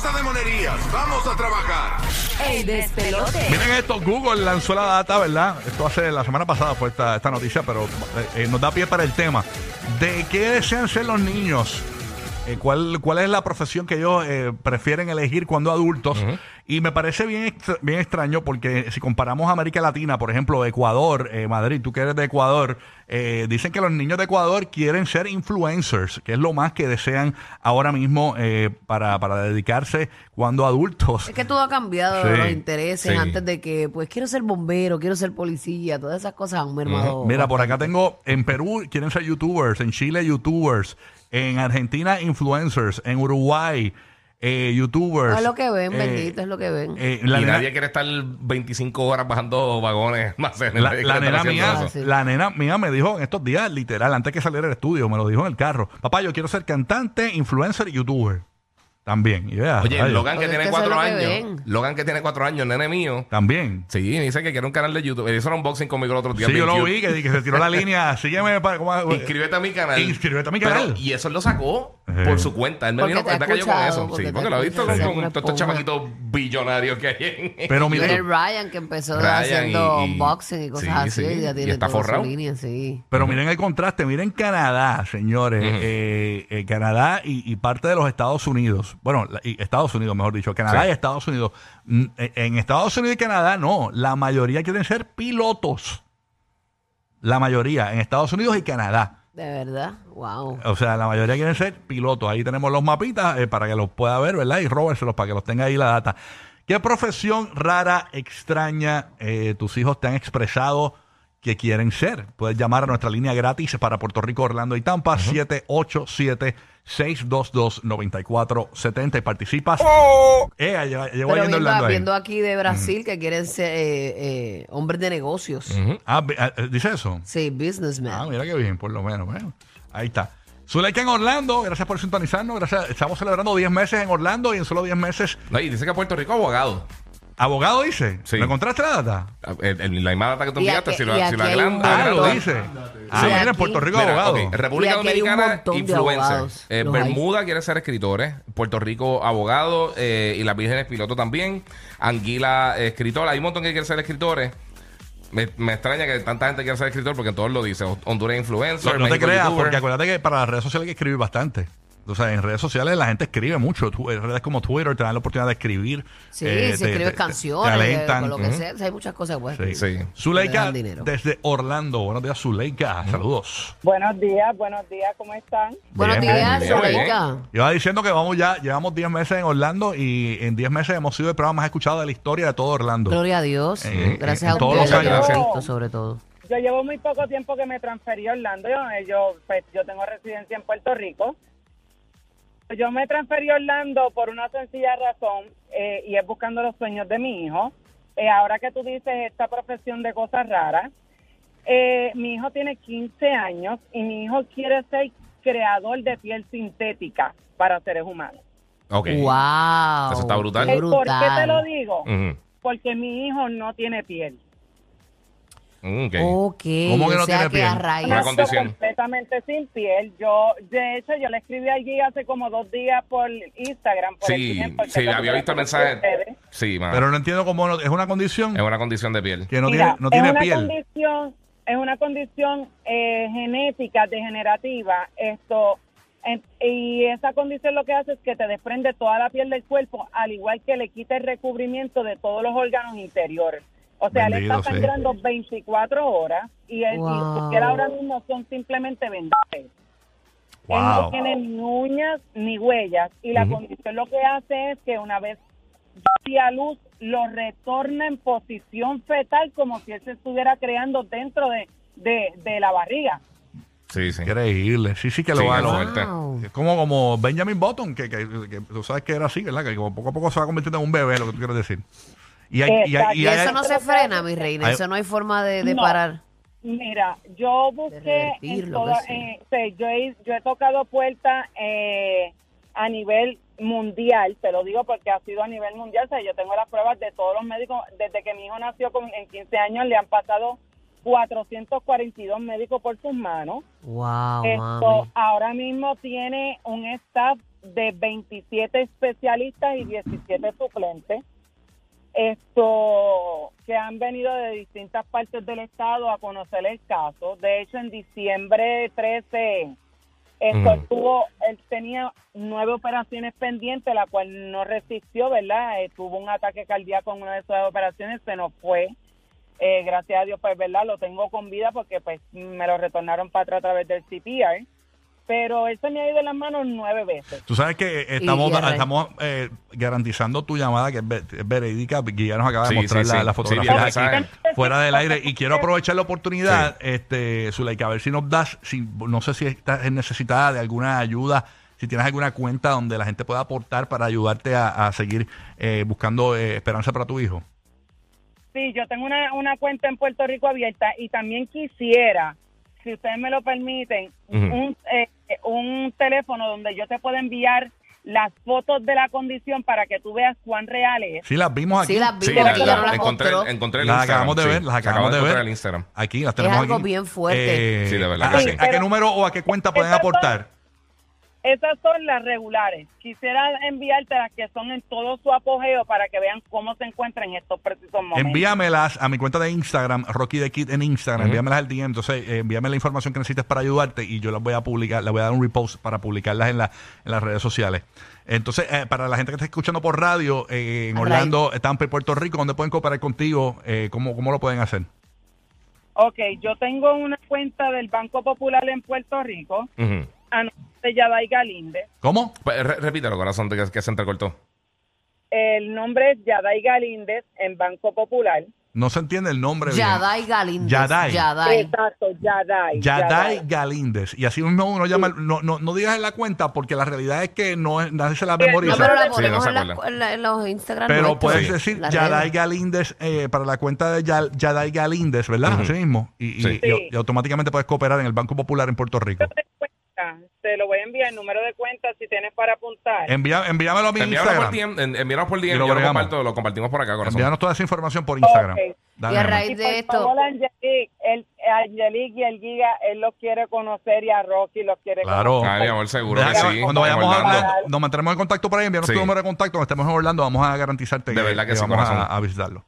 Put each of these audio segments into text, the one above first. tonterías. Vamos a trabajar. El despelote. Miren esto, Google lanzó la data, ¿verdad? Esto hace la semana pasada fue esta, esta noticia, pero eh, eh, nos da pie para el tema. ¿De qué desean ser los niños? Eh, ¿cuál, ¿Cuál es la profesión que ellos eh, prefieren elegir cuando adultos? Y me parece bien, extra- bien extraño porque si comparamos América Latina, por ejemplo, Ecuador, eh, Madrid, tú que eres de Ecuador, eh, dicen que los niños de Ecuador quieren ser influencers, que es lo más que desean ahora mismo eh, para, para dedicarse cuando adultos. Es que todo ha cambiado, Sí, los intereses sí. antes de que, pues quiero ser bombero, quiero ser policía, todas esas cosas han mermado. Mira, por acá tengo en Perú quieren ser youtubers, en Chile youtubers, en Argentina influencers, en Uruguay eh, youtubers. Es lo que ven, Eh, bendito, es lo que ven. eh, Y la nena- nadie quiere estar 25 horas bajando vagones. Más la, la nena mía, eso. la nena mía me dijo en estos días, literal, antes que saliera del estudio, me lo dijo en el carro. Papá, yo quiero ser cantante, influencer y youtuber. También. Y vea, Oye, rayos, Logan que Porque es tiene que eso 4 es lo que años. ven. Logan que tiene 4 años, nene mío. También. Sí, me dice que quiere un canal de YouTube. Él hizo un unboxing conmigo el otro día. Sí, yo bien lo cute. vi, que, que se tiró la línea. Sígueme para. ¿cómo- Inscríbete a mi canal. Inscríbete a mi Pero- canal. Eh. y eso él lo sacó Ajá. por su cuenta. Él me Porque vino, te ha él me cayó con escuchado, eso. porque sí, te porque ha lo ha visto con, escuchado, con una todos estos espuma. chamaquitos billonarios que hay en. Pero Mira el miren, Ryan que empezó Ryan haciendo y- y- unboxing y cosas sí, así, sí, ya y tiene está toda su forrado. línea, sí. Pero miren el contraste, miren Canadá, señores, eh, eh, Canadá y, y parte de los Estados Unidos, bueno, la- y Estados Unidos, mejor dicho, Canadá Sí. y Estados Unidos. Mm, eh, En Estados Unidos y Canadá no, la mayoría quieren ser pilotos, la mayoría, en Estados Unidos y Canadá. De verdad, wow. O sea, la mayoría quieren ser pilotos. Ahí tenemos los mapitas eh, para que los pueda ver, ¿verdad? Y róbenselos para que los tenga ahí la data. ¿Qué profesión rara, extraña, eh, tus hijos te han expresado que quieren ser? Puedes llamar a nuestra línea gratis para Puerto Rico, Orlando y Tampa, 787-622-9470. Y participas. Eh, ahí va- llevo Oh. yendo Pero viendo, Orlando ahí. viendo aquí de Brasil que quieren ser eh, eh, hombres de negocios. Ah, vi- ah, eh, dice eso. Sí, Ah, businessman. mira qué bien, por lo menos. bueno. Ahí está. Zuleika en Orlando, gracias por sintonizarnos. Gracias. Estamos celebrando 10 meses en Orlando y en solo 10 meses. No, y dice que Puerto Rico abogado. Abogado dice. Sí. ¿Me encontraste la data? El- el- la misma data que tú Y enviaste, aquí- si y lo, si lo aquí hay un aglan- Ah, Ah, lo claro. dice. Ah, Sí, mira, en aquí. Puerto Rico Mira, abogado. ok, República Y aquí hay un Dominicana, montón de abogados. influencers. Eh, Los hay. Bermuda quiere ser escritores. Puerto Rico, abogado. eh, y las vírgenes, piloto también. Anguila, eh, escritora. Hay un montón que quieren ser escritores. Me, me extraña que tanta gente quiera ser escritor porque todos lo dicen. Honduras influencer. No, no te México creas, youtuber. porque acuérdate que para las redes sociales hay que escribir bastante. O sea, en redes sociales la gente escribe mucho. Tú- en redes como Twitter te dan la oportunidad de escribir. Sí, eh, si te- escribes te- canciones, Te eh, alentan. con lo que sea. O sea, hay muchas cosas que puedes Sí. escribir. Sí. Me Zuleika, dan dinero. desde Orlando. Buenos días, Zuleika. Saludos. Buenos días, buenos días, ¿cómo están? Buenos Bien, días, bien, bien. Zuleika. Yo iba diciendo que vamos ya, llevamos 10 meses en Orlando y en 10 meses hemos sido el programa más escuchado de la historia de todo Orlando. Gloria a Dios. Eh, gracias eh, a todos ustedes, los años. Jesucristo, sobre todo. Yo llevo muy poco tiempo que me transferí a Orlando. Yo, yo, pues, yo tengo residencia en Puerto Rico. Yo me transferí a Orlando por una sencilla razón eh, y es buscando los sueños de mi hijo. Eh, ahora que tú dices esta profesión de cosas raras, eh, mi hijo tiene 15 años y mi hijo quiere ser creador de piel sintética para seres humanos. Ok. Wow. Eso está brutal. Mm. qué Eh, ¿Por qué te lo brutal. digo? Ujú. Porque mi hijo no tiene piel. Mm, ok. Ok. ¿Cómo que o no sea tiene piel? a raíz- Una Nació condición. completamente sin piel. Yo, de hecho, yo le escribí allí hace como dos días por Instagram. Por el Sí, DM, porque sí, cuando había visto el conocí a mensaje. ustedes- Sí, ma. Pero no entiendo cómo no- es una condición es una condición de piel. que no tiene, Mira, no es tiene una piel. Condición, es una condición eh, genética, degenerativa. Esto, en- y esa condición lo que hace es que te desprende toda la piel del cuerpo, al igual que le quita el recubrimiento de todos los órganos interiores. O sea, le Bendito está sea. sangrando 24 horas y el, y Wow. que ahora mismo son simplemente vendajes. Él no Wow. tiene ni uñas ni huellas. Y la condición lo que hace es que una vez y a luz lo retorna en posición fetal como si él se estuviera creando dentro de, de, de la barriga. Sí, sí. Increíble. Sí, sí que lo Sí, va qué lo- fuerte. Wow. Es como, como Benjamin Button, que, que- que tú sabes que era así, ¿verdad? Que como poco a poco se va convirtiendo en un bebé, lo que tú quieres decir. Y, hay, y, hay- y Y hay- eso no se frena, mi reina. Ay. Eso no hay forma de, de No. parar. Mira, yo De busqué en revertirlo, toda- qué sé yo. eh, sí, yo, he, yo he tocado puertas eh, a nivel mundial, te lo digo porque ha sido a nivel mundial, o sea, yo tengo las pruebas de todos los médicos, desde que mi hijo nació con, en 15 años le han pasado 442 médicos por sus manos. Wow, Esto mami. ahora mismo tiene un staff de 27 especialistas y 17 suplentes esto que han venido de distintas partes del estado a conocer el caso. De hecho, en diciembre 13, esto Mm. tuvo, él tenía nueve operaciones pendientes, la cual no resistió, ¿verdad? Eh, tuvo un ataque cardíaco en una de esas operaciones, se nos fue. Eh, gracias a Dios, pues, ¿verdad? Lo tengo con vida porque, pues, me lo retornaron para atrás a través del CPR. Pero él se me ha ido de las manos nueve veces. Tú sabes que eh, estamos, y arran- estamos eh, garantizando tu llamada, que es, ve- es verídica. Guillermo nos acaba de Sí, mostrar sí, la, sí. la Sí, fotografía bien, aquí, saben. fuera del aire. Y quiero aprovechar la oportunidad, este, Zuleika, a ver si nos das, si, no sé si estás necesitada de alguna ayuda, si tienes alguna cuenta donde la gente pueda aportar para ayudarte a, a seguir eh, buscando eh, esperanza para tu hijo. Sí, yo tengo una, una cuenta en Puerto Rico abierta y también quisiera, si ustedes me lo permiten, Ujú. un, eh, un teléfono donde yo te pueda enviar las fotos de la condición para que tú veas cuán real es. Sí, las vimos aquí. Sí, las Sí, vimos, la, pero la- no las encontré, mostró. encontré el Las Instagram, acabamos de sí. ver, las Acabo acabamos de encontrar ver. el Instagram. Aquí las tenemos algo aquí. bien fuerte. Eh, Sí, de verdad ¿a- que sí. ¿A qué número o a qué cuenta pueden Esas son- aportar? Esas son las regulares. Quisiera enviarte las que son en todo su apogeo para que vean cómo se encuentran en estos precisos momentos. Envíamelas a mi cuenta de Instagram, Rocky de Kid en Instagram. Ujú. Envíamelas al DM. Entonces, eh, envíame la información que necesites para ayudarte y yo las voy a publicar, les voy a dar un repost para publicarlas en, la- en las redes sociales. Entonces, eh, para la gente que está escuchando por radio eh, en All Orlando, Tampa y Puerto Rico, ¿dónde pueden cooperar contigo? Eh, ¿cómo, ¿Cómo lo pueden hacer? Ok, yo tengo una cuenta del Banco Popular en Puerto Rico, Ujú. a nombre de Yaday Galíndez. ¿Cómo? Pues, re- repítelo, corazón, que, que se entrecortó. El nombre es Yaday Galíndez en Banco Popular. No se entiende el nombre. bien. Yaday Galíndez. Yaday. Yaday. Exacto, Yaday. Yaday Galíndez. Y así uno, uno llama, no, no, no digas en la cuenta porque la realidad es que no, es- nadie se la Sí, memoriza. No, pero la Sí, no ponemos se en, las- acuerda. en la- en los Instagram. Pero nuestros, puedes Sí. decir las Yaday redes. Galíndez eh, para la cuenta de Yal- Yaday Galíndez, ¿verdad? Ujú. Así mismo. Y, y- Sí. y- Sí. y automáticamente puedes cooperar en el Banco Popular en Puerto Rico. de cuenta, Ah, te lo voy a enviar el número de cuenta si tienes para apuntar. Envía, envíamelo a mi Enviaros por Instagram. DM, en- enviaros por Y DM, lo yo lo bregamos. comparto, lo compartimos por acá, corazón. Envíanos toda esa información por Instagram. Ok. Dale, Y a mi amor. raíz- Y de por esto- favor, Angelique, el, Angelique y el Giga, él los quiere conocer y a Rocky los quiere Claro. conocer. Ay, mi amor, seguro Deja que que sí. Cuando vayamos Orlando. hablando, nos mantenemos en contacto por ahí, envíanos Sí. tu número de contacto, cuando estemos en Orlando, vamos a garantizarte De verdad que sí, vamos a, corazón. a visitarlo.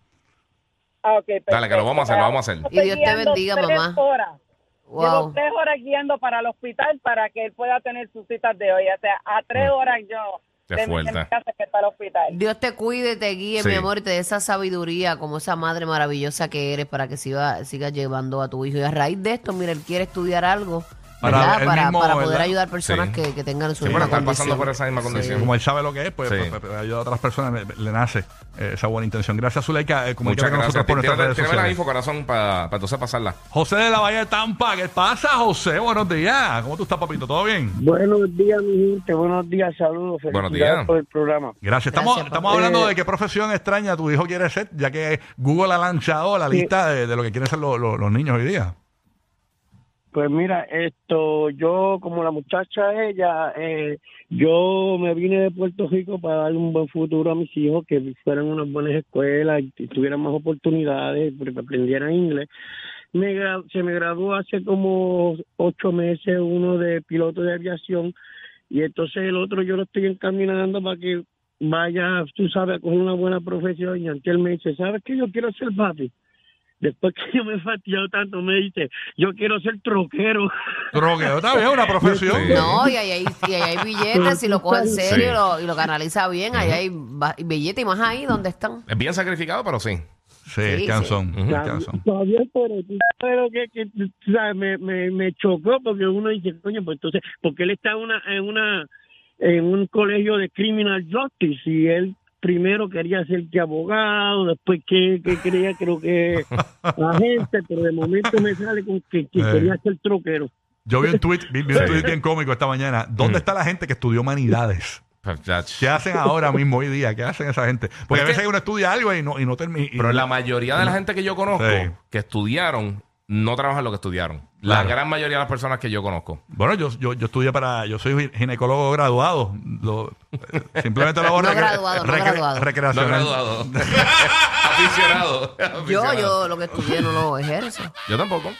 Ah, ok, Dale, que lo vamos a hacer, lo vamos a hacer. Y Dios te Estoy guiando bendiga, tres mamá. horas. Llevo Wow. tres horas guiando para el hospital para que él pueda tener sus citas de hoy. O sea, a tres Mm. horas yo Qué de mi fuerte. casa que está al hospital. Dios te cuide, te guíe, Sí. mi amor, y te dé esa sabiduría como esa madre maravillosa que eres para que siga, sigas llevando a tu hijo. Y a raíz de esto, mira, él quiere estudiar algo Para ¿verdad? él para, mismo, para poder ¿verdad? ayudar personas Sí. que, que tengan Sí, su misma para estar condición. pasando por esa misma condición. Como él sabe lo que es, pues, Sí. pues, pues, ayuda a otras personas, le, le nace eh, esa buena intención. Gracias, Zuleika. Eh, Muchas comunícate con gracias. nosotros por nuestras Tírame redes tírame la sociales. info, corazón, para entonces pasarla. José de la Bahía de Tampa, ¿qué pasa, José? Buenos días. ¿Cómo tú estás, papito? ¿Todo bien? Buenos días, mi gente. Buenos días, saludos. Buenos Felicidades días. por el programa. Gracias. Estamos, Gracias, papá. estamos hablando Eh, de qué profesión extraña tu hijo quiere ser, ya que Google ha lanzado la Sí. lista de, de lo que quieren ser lo- lo- los niños hoy día. Pues mira, esto, yo como la muchacha ella, eh, yo me vine de Puerto Rico para darle un buen futuro a mis hijos, que fueran unas buenas escuelas y y tuvieran más oportunidades, porque aprendieran inglés. Me, gra- se me graduó hace como ocho meses uno de piloto de aviación y entonces el otro yo lo estoy encaminando para que vaya, tú sabes, con una buena profesión y antes él me dice, ¿sabes qué? Yo quiero ser papi. Después que yo me he fastidiado tanto, me dice, yo quiero ser troquero. Drogueo también es una profesión. Sí. No, y ahí, hay- y ahí hay billetes, si lo coge en serio y lo- y lo canaliza bien, ahí hay ba- billetes y más ahí donde están. Es bien sacrificado, pero sí. Sí, sí. canzón. Ujú. canzón. Todavía, pero tú sabes lo que, que tú sabes, me, me, me chocó porque uno dice, coño, pues entonces, porque él está en una, en una en un colegio de criminal justice y él primero quería ser que abogado, después que, que quería creo que agente, pero de momento me sale con que, que Eh. quería ser troquero. Yo vi un tweet, vi, vi un Sí. tweet bien cómico esta mañana. ¿Dónde Mm. está la gente que estudió humanidades? Pues, chach. ¿Qué hacen ahora mismo hoy día? ¿Qué hacen esa gente? Porque Es a que- veces uno estudia algo y no, y no termina. y- Pero la mayoría de la gente que yo conozco Mm. Sí. que estudiaron, no trabajan lo que estudiaron. La Claro. gran mayoría de las personas que yo conozco. Bueno, yo, yo, yo estudié para. Yo soy ginecólogo graduado. Lo- eh, simplemente lo hago No recre- graduado, no recre- graduado. No recreacional. graduado. aficionado. Yo, Aficionado. yo lo que estudié no lo ejerzo. Yo tampoco.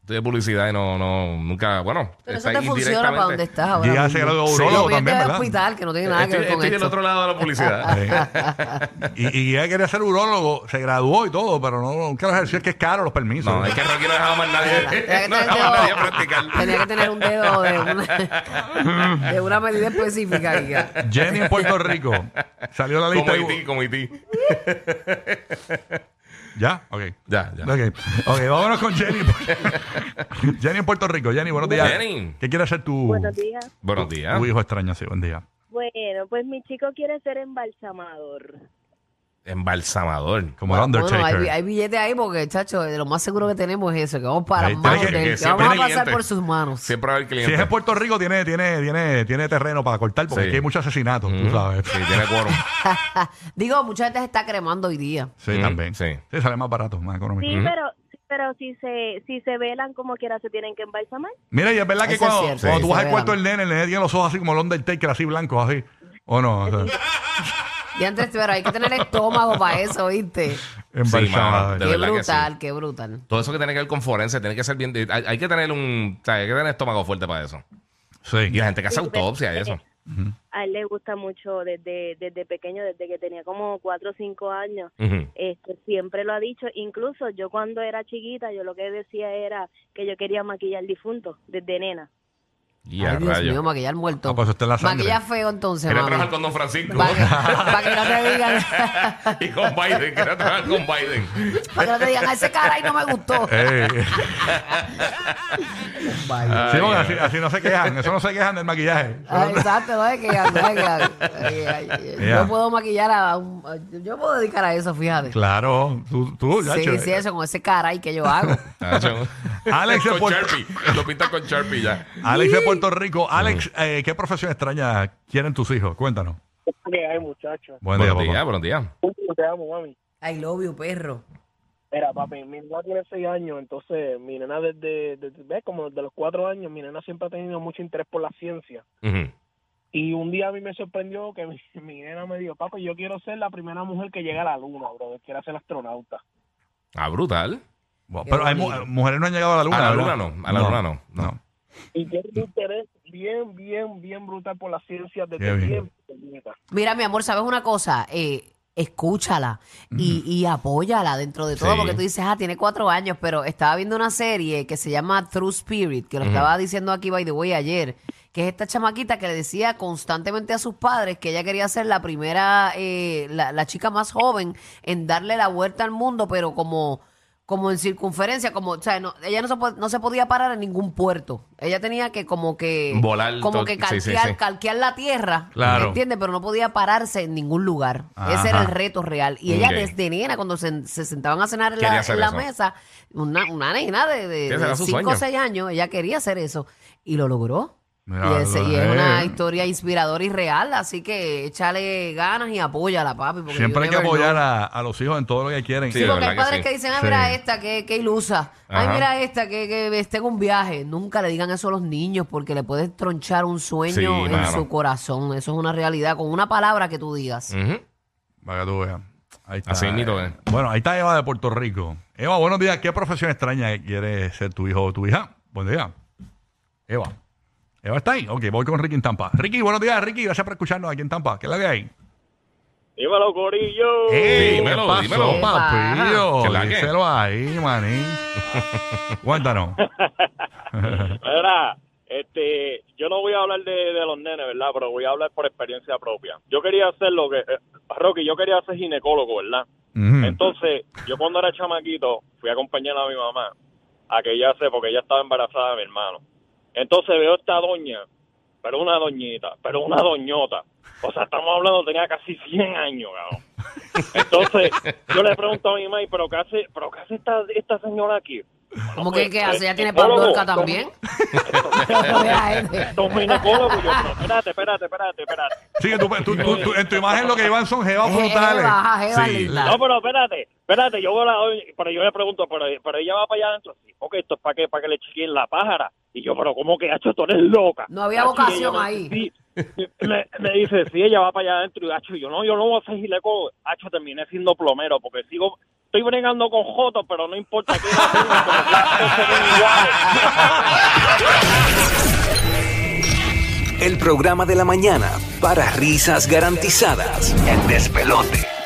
Estoy de publicidad y no, no, nunca, bueno. Pero eso está te funciona para indirectamente- donde estás ahora. Y ya se mismo. graduó de Sí, urólogo vete también, al ¿verdad? hospital, que no tiene nada Estoy, que ver con estoy del esto. otro lado de la publicidad. Sí. y, y ella quería ser urólogo, se graduó y todo, pero no, nunca lo ejerció, es que es caro los permisos. No, es que Rocky no dejaba más Tenía nadie. que No tener dejaba a nadie dedo- practicar. Tenía que tener un dedo de una, de una medida específica. Giga. Jenny en Puerto Rico. Salió la Como lista. IT, y- como IT. Ya, ok. Ya, ya. Ok, ok, vámonos con Jenny. Jenny en Puerto Rico. Jenny, buenos días. Jenny. ¿Qué quiere hacer tu, Buenos días. Buenos días. tu hijo extraño? Sí, buen día. Bueno, pues mi chico quiere ser embalsamador. Embalsamador. Como el Undertaker. Bueno, hay, bi- hay billetes ahí porque, chacho, de lo más seguro que tenemos es eso, que vamos para Ahí las está, manos que- de él, que que siempre vamos a hay pasar clientes. por sus manos. Siempre va a haber si cliente. es en Puerto Rico, tiene, tiene, tiene, tiene terreno para cortar porque Sí. aquí hay muchos asesinatos, tú sabes. Sí, tiene quórum. Digo, mucha gente se está cremando hoy día. Sí, Mm, también. sí. sale más barato, más económico. Sí, pero sí, pero si se si se velan como quiera se tienen que embalsamar. Mira, y es verdad que Eso es cuando, cierto, cuando sí, tú se vas al ve cuarto del grande. nene, el nene tiene los ojos así como el Undertaker, así blancos, así. ¿O no? O sea, Y antes, pero hay que tener estómago para eso, ¿viste? embalsamada. mano, de qué verdad que brutal, qué brutal. Todo eso que tiene que ver con forense, tiene que ser bien. Hay, hay que tener un. o sea, hay que tener estómago fuerte para eso. Sí. Y la gente que hace Sí, pero- autopsia y eso. A él le gusta mucho desde desde pequeño, desde que tenía como cuatro o cinco años. Ujú. Este, siempre lo ha dicho, incluso yo cuando era chiquita, yo lo que decía era que yo quería maquillar al difunto desde nena. Y a Ay, Dios rayo. mío, maquillar muerto. Ah, pues está en la sangre. Maquillar feo entonces, Quería mami. trabajar con Don Francisco. Para que, pa' que no te digan, y con Biden. Quería trabajar con Biden. para que no te digan, "A ese cara ahí no me gustó. Ey. Vaya. Sí, porque Ay, así, así no se quejan. Eso no se quejan del maquillaje. Ah, exacto, no es que, no es que- ay, ay, ay, Yeah. yo puedo maquillar a un, a- yo puedo dedicar a eso, fíjate. Claro, tú, tú, ya, sí, che. sí, eso con ese caray que yo hago. Nacho. Alex con de Puerto- Sharpie. Lo pintan con Sharpie ya. Alex de Puerto Rico. Alex, eh, ¿qué profesión extraña quieren tus hijos? Cuéntanos. que hay, muchachos? Buen día, buenos papá. días, buenos días. Te amo, mami. I love you, perro. Mira, papi, mi nena tiene seis años, entonces mi nena desde, desde- ¿ves? Como desde los cuatro años, mi nena siempre ha tenido mucho interés por la ciencia. Ujú. Y un día a mí me sorprendió que mi, mi nena me dijo, papi, yo quiero ser la primera mujer que llega a la luna, bro, quiero ser astronauta. Ah, brutal. Bueno, pero hay mu- eh, bonito. mujeres no han llegado a la luna. A la ¿verdad? luna no, a la luna no, no. Y tiene un interés bien, bien, bien brutal por la ciencia Qué desde bien. siempre. pequeñita. Mira, mi amor, ¿sabes una cosa? Eh, escúchala y, y apóyala dentro de todo, Sí. porque tú dices, ah, tiene cuatro años, pero estaba viendo una serie que se llama True Spirit, que lo Ujú. estaba diciendo aquí, by the way, ayer, que es esta chamaquita que le decía constantemente a sus padres que ella quería ser la primera, eh, la, la chica más joven en darle la vuelta al mundo, pero como como en circunferencia, como, o sea, no- ella no se, po- no se podía parar en ningún puerto. Ella tenía que como que... Volar Como to- que sí, calquear, sí, sí. calquear la tierra. Claro. ¿entiendes? entiende, pero no podía pararse en ningún lugar. Ajá. Ese era el reto real. Y ella Ok. desde nena, cuando se, se sentaban a cenar en Quería la, hacer en la eso. mesa, una, una nena de, de, Ese era su 5 sueño. o 6 años, ella quería hacer eso. Y lo logró. Mira, y, ese- y eh. es una historia inspiradora y real, así que échale ganas y apóyala, papi. porque Siempre you hay que never know. apoyar a, a los hijos en todo lo que quieren. Sí, Sí, de porque verdad hay que padres sí. que dicen, ay, Sí. mira esta, que, que ilusa. Ay, Ajá. mira esta, que, que esté en un viaje. Nunca le digan eso a los niños porque le puedes tronchar un sueño Sí, en mano. su corazón. Eso es una realidad con una palabra que tú digas. Ujú. Para que tú veas. Ahí está. Así mismo, eh. Bueno, ahí está Eva de Puerto Rico. Eva, buenos días. ¿Qué profesión extraña quiere ser tu hijo o tu hija? Buen día. Eva. Eva está ahí. Ok, voy con Ricky en Tampa. Ricky, buenos días, Ricky. Gracias por escucharnos aquí en Tampa. ¿Qué es la de ahí? Dímelo, Corillo. ¡Ey! dímelo, ¿Qué pasó, dímelo. ¿Qué papillo? pasa? ¿Qué la qué? Díselo ahí, maní. Cuéntanos. Mira, este, yo no voy a hablar de, de los nenes, ¿verdad? Pero voy a hablar por experiencia propia. Yo quería hacer lo que, eh, Rocky, yo quería ser ginecólogo, ¿verdad? Ujú. Entonces, yo cuando era chamaquito, fui a acompañar a mi mamá a que ella se, porque ella estaba embarazada de mi hermano. Entonces veo esta doña, pero una doñita, pero una doñota. O sea, estamos hablando, tenía casi 100 años, cabrón. Entonces, yo le pregunto a mi mamá, ¿pero qué hace, pero qué hace esta, esta señora aquí? ¿Cómo pues, que qué eh, hace? ¿Ya tiene psicólogo, Pandorca ¿cómo? también? Mira, este. Estos ginecólogos, yo, pero espérate, espérate, espérate, espérate. Sí, que tú, tú- tú- tú- en tu imagen lo que llevan son jevas Jevas, brutales. ajá, jevas lindas. No, pero espérate, espérate, yo, veo la- pero yo le pregunto, pero, pero ella va para allá adentro. Sí, ok, esto es para que, para que le chiquen la pájara. Y yo, pero ¿cómo que, hacho, tú eres loca? No había Hacho, y vocación ella me- ahí. Sí, me, me dice, sí, ella va para allá adentro. Y hacho, yo no, yo no voy a ser gileco. Hacho, terminé siendo plomero porque sigo estoy bregando con Joto, pero no importa qué edad tenga, pero las dos se ven iguales. El programa de la mañana para risas garantizadas. El despelote.